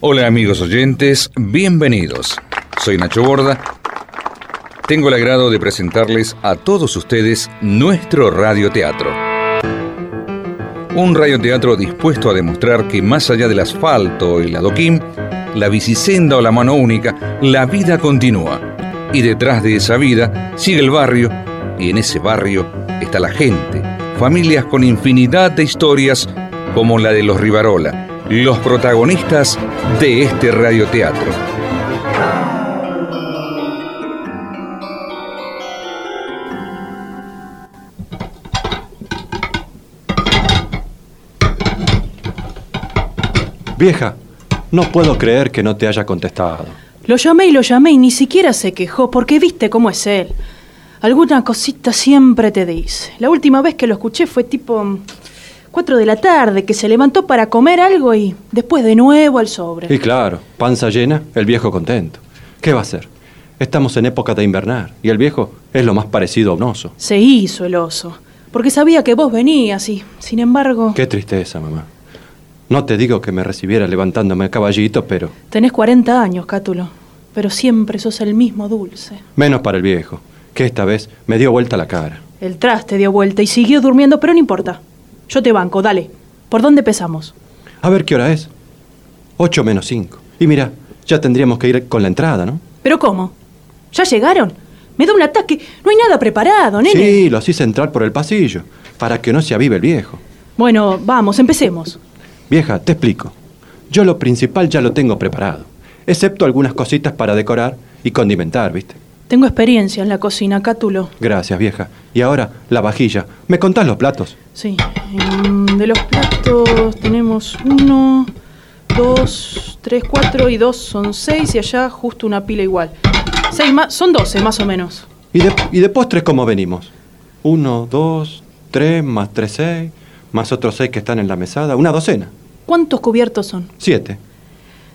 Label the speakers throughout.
Speaker 1: Hola amigos oyentes, bienvenidos. Soy Nacho Borda. Tengo el agrado de presentarles a todos ustedes nuestro radioteatro. Un radioteatro dispuesto a demostrar que más allá del asfalto, el adoquín, la bicisenda o la mano única, la vida continúa. Y detrás de esa vida sigue el barrio, y en ese barrio está la gente, familias con infinidad de historias como la de los Rivarola, los protagonistas de este radioteatro.
Speaker 2: Vieja, no puedo creer que no te haya contestado.
Speaker 3: Lo llamé y lo llamé y ni siquiera se quejó porque viste cómo es él. Alguna cosita siempre te dice. La última vez que lo escuché fue tipo mm, 4 de la tarde, que se levantó para comer algo y después de nuevo al sobre.
Speaker 2: Y claro, panza llena, el viejo contento. ¿Qué va a hacer? Estamos en época de invernar y el viejo es lo más parecido a un oso.
Speaker 3: Se hizo el oso, porque sabía que vos venías y, sin embargo,
Speaker 2: Qué tristeza, mamá. No te digo que me recibiera levantándome a caballito, pero
Speaker 3: tenés 40 años, Cátulo, pero siempre sos el mismo dulce.
Speaker 2: menos para el viejo, que esta vez me dio vuelta la cara.
Speaker 3: El traste dio vuelta y siguió durmiendo, pero no importa. Yo te banco, dale. ¿Por dónde empezamos?
Speaker 2: A ver qué hora es. Ocho menos cinco. Y mira, ya tendríamos que ir con la entrada, ¿no?
Speaker 3: ¿Pero cómo? ¿Ya llegaron? Me da un ataque. No hay nada preparado, nene.
Speaker 2: Sí, los hice entrar por el pasillo, para que no se avive el viejo.
Speaker 3: Bueno, vamos, empecemos.
Speaker 2: Vieja, te explico. Yo lo principal ya lo tengo preparado, excepto algunas cositas para decorar y condimentar, ¿viste?
Speaker 3: Tengo experiencia en la cocina, Cátulo.
Speaker 2: Gracias, vieja. Y ahora, la vajilla. ¿Me contás los platos?
Speaker 3: Sí. em, De los platos tenemos uno, dos, tres, cuatro y dos son seis y allá justo una pila igual. Seis más, son doce más o menos.
Speaker 2: ¿Y de, y de postres cómo venimos? Uno, dos, tres, más tres, seis, más otros seis que están en la mesada. Una docena.
Speaker 3: ¿Cuántos cubiertos son?
Speaker 2: Siete.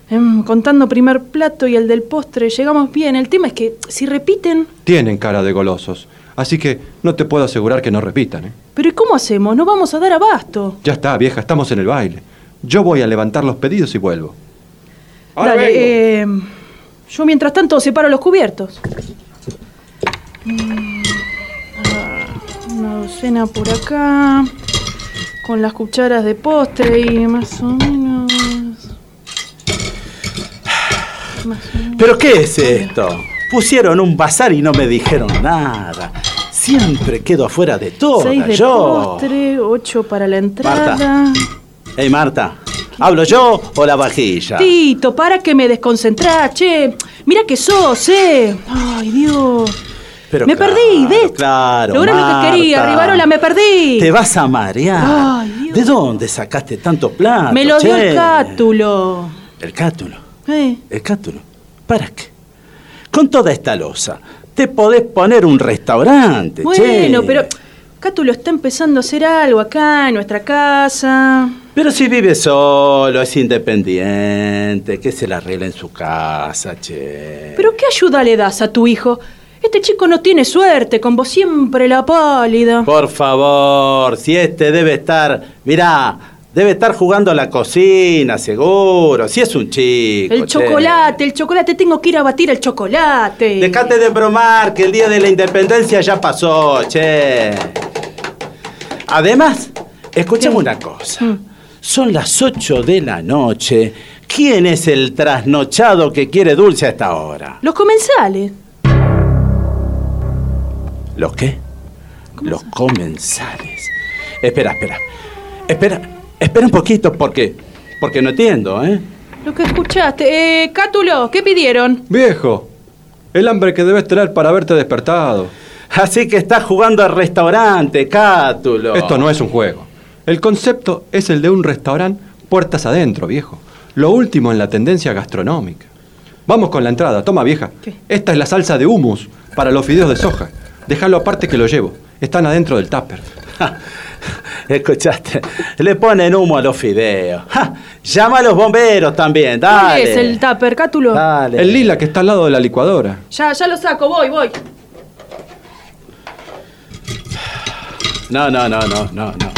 Speaker 3: Em, contando primer plato y el del postre, llegamos bien. El tema es que si repiten...
Speaker 2: Tienen cara de golosos, así que no te puedo asegurar que no repitan, ¿eh?
Speaker 3: ¿Pero ¿y cómo hacemos? No vamos a dar abasto.
Speaker 2: Ya está, vieja, estamos en el baile. Yo voy a levantar los pedidos y vuelvo.
Speaker 3: Dale, em, yo mientras tanto separo los cubiertos. Mm, ah, Una docena por acá. Con las cucharas de postre y más o menos.
Speaker 4: ¿Pero qué es esto? Pusieron un bazar y no me dijeron nada. Siempre quedo afuera de todo.
Speaker 3: Seis de
Speaker 4: Yo.
Speaker 3: postre, ocho para la entrada.
Speaker 4: Hey Marta, ¿hablo yo o la vajilla?
Speaker 3: Tito, para que me desconcentrás, che. Mira que sos, eh. Ay, Dios.
Speaker 4: Pero
Speaker 3: me
Speaker 4: claro,
Speaker 3: perdí, ¿ves?
Speaker 4: Claro,
Speaker 3: Logré lo que
Speaker 4: Marta.
Speaker 3: quería, Rivarola, me perdí.
Speaker 4: Te vas a marear.
Speaker 3: Ay, Dios.
Speaker 4: ¿De dónde sacaste tanto plato?
Speaker 3: Me lo dio
Speaker 4: che?
Speaker 3: el cátulo.
Speaker 4: El cátulo.
Speaker 3: Eh.
Speaker 4: El cátulo. ¿Para qué? Con toda esta losa, te podés poner un restaurante.
Speaker 3: Bueno,
Speaker 4: che.
Speaker 3: pero Cátulo está empezando a hacer algo acá en nuestra casa.
Speaker 4: Pero si vive solo, es independiente, que se la arregle en su casa, che.
Speaker 3: ¿Pero qué ayuda le das a tu hijo? Este chico no tiene suerte, con vos siempre la pálida.
Speaker 4: Por favor, si este debe estar, mirá, debe estar jugando a la cocina, seguro, si es un chico.
Speaker 3: El
Speaker 4: che.
Speaker 3: chocolate, el chocolate, tengo que ir a batir el chocolate.
Speaker 4: Dejate de bromar, que el día de la independencia ya pasó, che. Además, escuchame
Speaker 3: Sí.
Speaker 4: una cosa.
Speaker 3: Mm.
Speaker 4: Son las 8 de la noche. ¿Quién es el trasnochado que quiere dulce a esta hora?
Speaker 3: Los comensales.
Speaker 4: ¿Los qué? Los comensales. Espera, espera. Espera, espera un poquito porque porque no entiendo, ¿eh?
Speaker 3: Lo que escuchaste. Eh, Cátulo, ¿qué pidieron?
Speaker 2: Viejo, el hambre que debes tener para haberte despertado.
Speaker 4: Así que estás jugando al restaurante, Cátulo.
Speaker 2: Esto no es un juego. El concepto es el de un restaurante puertas adentro, viejo. Lo último en la tendencia gastronómica. Vamos con la entrada. Toma, vieja.
Speaker 3: ¿Qué?
Speaker 2: Esta es la salsa de humus para los fideos de soja. Déjalo aparte que lo llevo. Están adentro del tupper.
Speaker 4: Escuchaste, le ponen humo a los fideos. Ja, llama a los bomberos también, dale.
Speaker 3: ¿Cuál es el tupper, Cátulo?
Speaker 4: Dale.
Speaker 2: El lila que está al lado de la licuadora.
Speaker 3: Ya, ya lo saco, voy, voy.
Speaker 4: No, no, no, no, no, no. no.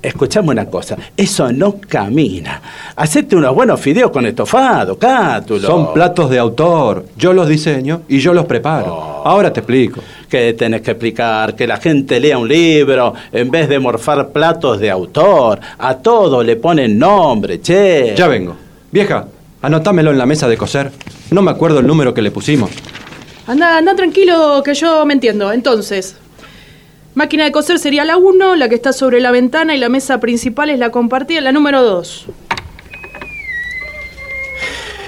Speaker 4: Escuchame una cosa, eso no camina. Hacete unos buenos fideos con estofado, cátulo.
Speaker 2: Son platos de autor. Yo los diseño y yo los preparo.
Speaker 4: Oh.
Speaker 2: Ahora te explico.
Speaker 4: Que tenés que explicar, que la gente lea un libro en vez de morfar platos de autor. A todo le ponen nombre, che.
Speaker 2: Ya vengo. Vieja, anotámelo en la mesa de coser. No me acuerdo el número que le pusimos.
Speaker 3: Anda, anda tranquilo, que yo me entiendo. Entonces, máquina de coser sería la 1, la que está sobre la ventana y la mesa principal es la compartida, la número 2.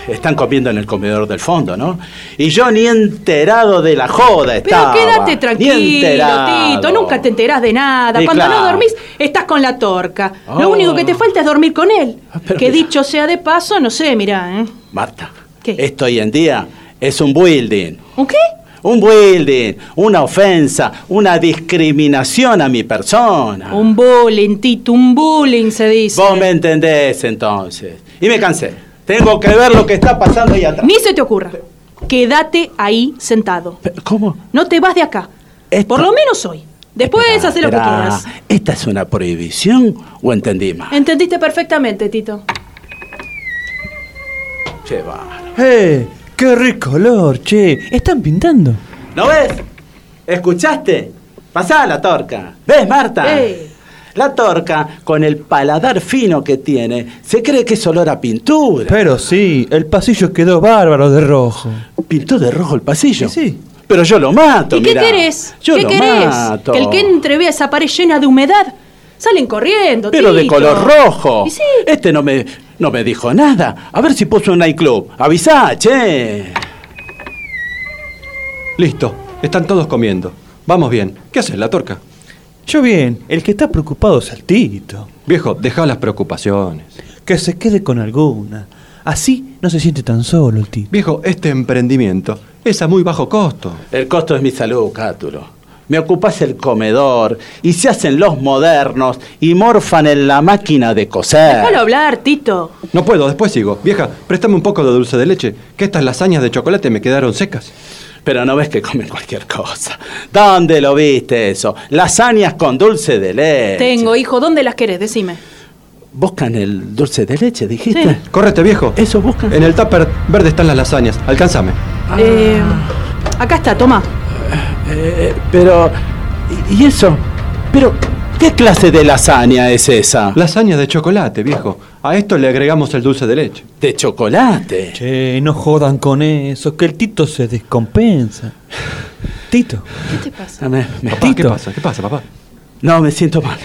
Speaker 4: Están comiendo en el comedor del fondo, ¿no? Y yo ni enterado de la joda
Speaker 3: Pero
Speaker 4: estaba.
Speaker 3: quédate
Speaker 4: Ni
Speaker 3: tranquilo,
Speaker 4: enterado.
Speaker 3: Tito. Nunca te enterás de nada.
Speaker 4: Y
Speaker 3: Cuando
Speaker 4: claro.
Speaker 3: no dormís, estás con la torca.
Speaker 4: Oh.
Speaker 3: Lo único que te falta es dormir con él.
Speaker 4: Ah, pero
Speaker 3: que
Speaker 4: mira.
Speaker 3: dicho sea de paso, no sé, mirá, ¿eh?
Speaker 4: Marta,
Speaker 3: ¿Qué?
Speaker 4: esto hoy en día es un building.
Speaker 3: ¿Un qué?
Speaker 4: Un building, una ofensa, una discriminación a mi persona.
Speaker 3: Un bullying, Tito, un bullying se dice.
Speaker 4: Vos me entendés entonces. Y me cansé. Tengo que ver lo que está pasando ahí atrás.
Speaker 3: Ni se te ocurra. Quédate ahí sentado.
Speaker 4: Pero, ¿Cómo?
Speaker 3: No te vas de acá.
Speaker 4: Esta-
Speaker 3: Por lo menos hoy. Después
Speaker 4: Esperá,
Speaker 3: haz Pues, lo que
Speaker 4: esperá.
Speaker 3: quieras.
Speaker 4: ¿Esta es una prohibición o entendí mal?
Speaker 3: Entendiste perfectamente, Tito.
Speaker 4: Che, va.
Speaker 5: ¡Eh! ¡Qué rico olor, che! Están pintando.
Speaker 4: ¿No ves? ¿Escuchaste? Pasá la torca. ¿Ves, Marta?
Speaker 3: Eh.
Speaker 4: La torca, con el paladar fino que tiene, se cree que es olor a pintura.
Speaker 5: Pero sí, el pasillo quedó bárbaro de rojo.
Speaker 4: Pintó de rojo el pasillo.
Speaker 5: Y sí.
Speaker 4: Pero yo lo mato,
Speaker 3: ¿Y qué
Speaker 4: mirá.
Speaker 3: querés?
Speaker 4: Yo
Speaker 3: ¿Qué
Speaker 4: lo
Speaker 3: querés?
Speaker 4: mato.
Speaker 3: Que el que entre vea esa pared llena de humedad. Salen corriendo,
Speaker 4: Pero de
Speaker 3: Tito.
Speaker 4: color rojo.
Speaker 3: Y sí.
Speaker 4: Este no me, no me dijo nada. A ver si puso un nightclub. Avisá, che.
Speaker 2: Listo. Están todos comiendo. Vamos bien. ¿Qué haces, la torca?
Speaker 5: Yo bien, el que está preocupado es el Tito.
Speaker 2: Viejo, deja las preocupaciones.
Speaker 5: Que se quede con alguna. Así no se siente tan solo el Tito.
Speaker 2: Viejo, este emprendimiento es a muy bajo costo.
Speaker 4: El costo es mi salud, Cátulo. Me ocupás el comedor y se hacen los modernos y morfan en la máquina de coser.
Speaker 3: Déjalo hablar, Tito.
Speaker 2: No puedo, después sigo. Vieja, préstame un poco de dulce de leche, que estas lasañas de chocolate me quedaron secas.
Speaker 4: Pero no ves que comen cualquier cosa. ¿Dónde lo viste eso? Lasañas con dulce de leche.
Speaker 3: Tengo, hijo, ¿dónde las querés? Decime.
Speaker 4: ¿Buscan el dulce de leche, dijiste?
Speaker 3: Sí.
Speaker 2: Córrete, viejo.
Speaker 4: Eso buscan. Eh,
Speaker 2: En el tupper verde están las lasañas. Alcánzame.
Speaker 4: Ah.
Speaker 3: Eh, acá está, toma.
Speaker 4: Eh, pero, ¿y y eso? Pero, ¿qué clase de lasaña es esa?
Speaker 2: Lasañas de chocolate, viejo. A esto le agregamos el dulce de leche.
Speaker 4: de chocolate.
Speaker 5: Che, no jodan con eso, que el Tito se descompensa. Tito,
Speaker 3: ¿Qué te pasa?
Speaker 4: Ah, me- me-
Speaker 2: Papá, ¿qué
Speaker 5: Tito.
Speaker 2: pasa? ¿Qué pasa, papá?
Speaker 4: no, me siento mal.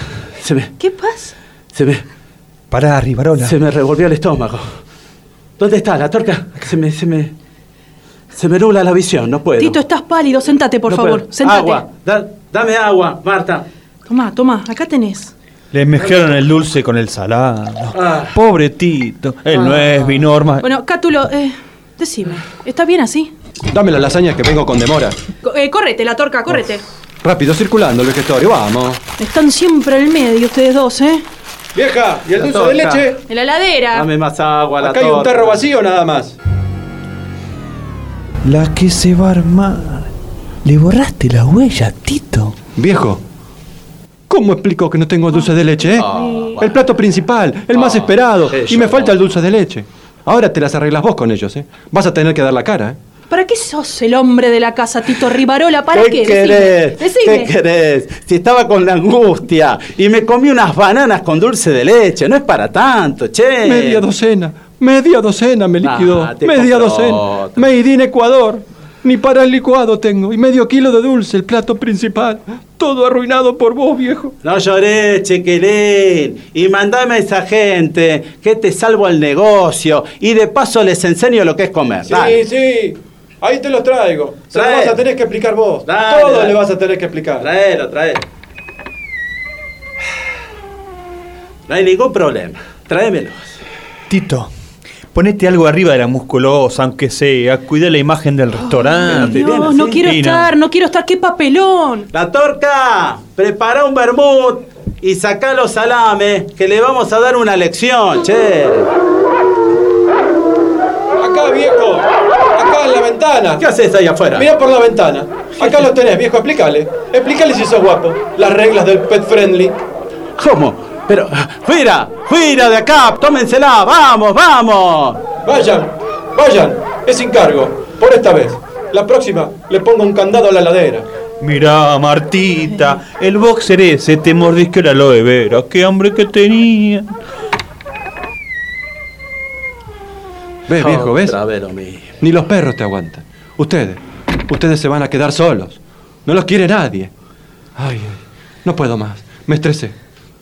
Speaker 4: Se me,
Speaker 3: ¿Qué pasa?
Speaker 4: se me,
Speaker 5: pará, Rivarola.
Speaker 4: se me revolvió el estómago. ¿Dónde está la torca? Se me, se me, se me nubla la visión, no puedo.
Speaker 3: Tito, estás pálido. Sentate, por
Speaker 4: No
Speaker 3: favor.
Speaker 4: puedo.
Speaker 3: Sentate.
Speaker 4: Agua, da- dame agua, Marta.
Speaker 3: Tomá, tomá. Acá tenés.
Speaker 5: Le mezclaron el dulce con el salado.
Speaker 4: Ah.
Speaker 5: Pobre Tito, él no es mi norma.
Speaker 3: Bueno, Cátulo, eh, decime. ¿Estás bien así?
Speaker 2: Dame las lasañas que vengo con demora.
Speaker 3: Co- eh, córrete, la torca, córrete.
Speaker 2: Rápido, circulando el vegetorio, vamos.
Speaker 3: Están siempre al medio ustedes dos, ¿eh?
Speaker 2: Vieja, ¿y el
Speaker 4: La torta.
Speaker 3: En la heladera.
Speaker 4: Dame más agua, la
Speaker 2: Acá hay un
Speaker 4: torta.
Speaker 2: tarro vacío nada más.
Speaker 5: La que se va a armar. Le borraste la huella, Tito.
Speaker 2: Viejo, ¿cómo explico que no tengo dulce de leche, eh?
Speaker 4: Ah,
Speaker 2: El
Speaker 4: bueno.
Speaker 2: plato principal, el más
Speaker 4: Ah,
Speaker 2: esperado. Y
Speaker 4: eso.
Speaker 2: me falta el dulce de leche. Ahora te las arreglas vos con ellos, eh. Vas a tener que dar la cara, eh.
Speaker 3: ¿Para qué sos el hombre de la casa, Tito Rivarola? ¿Para qué?
Speaker 4: querés?
Speaker 3: Decime.
Speaker 4: ¿Qué querés? Si estaba con la angustia y me comí unas bananas con dulce de leche, no es para tanto, che.
Speaker 2: Media docena, media docena me
Speaker 4: Eh. Ah,
Speaker 2: liquidó.
Speaker 4: te
Speaker 2: media
Speaker 4: compró
Speaker 2: docena.
Speaker 4: otra.
Speaker 2: Me idí en Ecuador. Ni para el licuado tengo. Y medio kilo de dulce, el plato principal. Todo arruinado por vos, viejo.
Speaker 4: No lloré, chiquilín. Y mandame a esa gente que te salvo el negocio y de paso les enseño lo que es comer. Dale.
Speaker 2: sí. Ahí te los traigo.
Speaker 4: Se lo Trae. vas a tener
Speaker 2: que explicar vos.
Speaker 4: Dale, Todo dale. le vas
Speaker 2: a tener que explicar.
Speaker 4: Traelo, traelo. No hay ningún problema. Tráemelos.
Speaker 5: Tito, ponete algo arriba de la musculosa, aunque sea. Cuida la imagen del restaurante.
Speaker 4: bien
Speaker 3: No,
Speaker 4: así.
Speaker 3: no quiero
Speaker 5: Y no.
Speaker 3: estar, no quiero estar. ¡Qué papelón!
Speaker 4: La torca, prepara un vermut y saca los salames que le vamos a dar una lección, che.
Speaker 2: Acá, viejo. Acá en la ventana.
Speaker 4: ¿Qué haces ahí afuera?
Speaker 2: Mira por la ventana. Acá los tenés, viejo. Explícale. Explícale si sos guapo. Las reglas del pet friendly.
Speaker 4: ¿Cómo? Pero, fuera, fuera de acá, tómensela, vamos, vamos.
Speaker 2: Vayan, vayan, es sin cargo, por esta vez. La próxima le pongo un candado a la ladera.
Speaker 5: Mirá, Martita, el boxer ese te mordisque la aloe vera. Qué hambre que tenía.
Speaker 2: ¿Ves, viejo, ves?
Speaker 4: Otra vez lo mismo.
Speaker 2: Ni los perros te aguantan. Ustedes, ustedes se van a quedar solos. No los quiere nadie. Ay, no puedo más. Me estresé.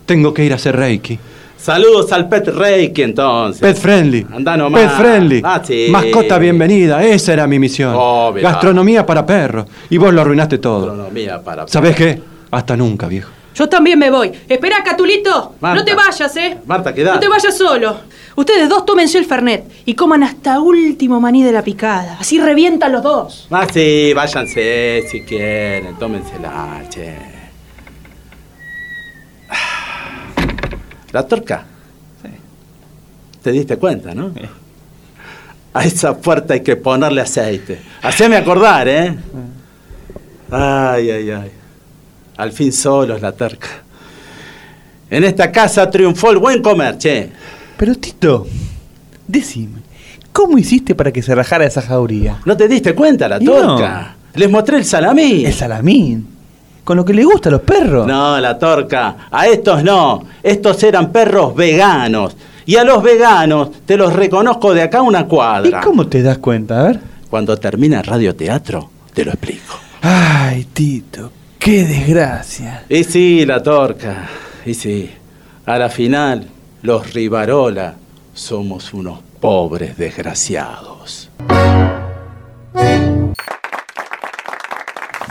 Speaker 2: Tengo que ir a hacer Reiki.
Speaker 4: Saludos al Pet Reiki entonces.
Speaker 2: Pet friendly.
Speaker 4: Andá nomás.
Speaker 2: Pet friendly.
Speaker 4: Ah, sí.
Speaker 2: Mascota bienvenida. Esa era mi misión.
Speaker 4: Oh, mirá.
Speaker 2: Gastronomía para perros. Y vos lo arruinaste todo.
Speaker 4: Astronomía para.
Speaker 2: ¿Sabés qué? Hasta nunca, viejo.
Speaker 3: Yo también me voy. Espera, Catulito.
Speaker 4: Marta.
Speaker 3: No te vayas, ¿eh?
Speaker 4: Marta, quedate.
Speaker 3: No te vayas solo. Ustedes dos tómense el Fernet y coman hasta último maní de la picada. Así revientan los dos.
Speaker 4: Ah, sí, váyanse si quieren, tómensela, che. La torca. Sí. Te diste cuenta, ¿no? A esa puerta hay que ponerle aceite. Haceme acordar, ¿eh? Ay, ay, ay. Al fin solos la terca. En esta casa triunfó el buen comer, che.
Speaker 6: Pero Tito, decime, ¿cómo hiciste para que se rajara esa jauría?
Speaker 4: ¿No te diste cuenta la
Speaker 6: Y no.
Speaker 4: torca? Les mostré el salamí.
Speaker 6: El salamín. Con lo que le gusta a los perros.
Speaker 4: No, la torca. A estos no. Estos eran perros veganos. Y a los veganos te los reconozco de acá a una
Speaker 6: ¿Y
Speaker 4: cuadra.
Speaker 6: cómo te das cuenta? A ver.
Speaker 4: Cuando termina el radioteatro, te lo explico.
Speaker 6: Ay, Tito, qué desgracia.
Speaker 4: Y sí, la torca. Y sí. A la final, los Rivarola somos unos pobres desgraciados.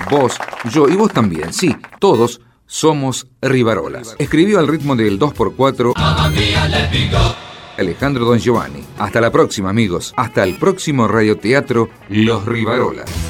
Speaker 1: Vos, yo y vos también, sí, todos somos Rivarolas. Escribió al ritmo del 2x4 Alejandro Don Giovanni. Hasta la próxima, amigos. Hasta el próximo radioteatro Los Rivarolas.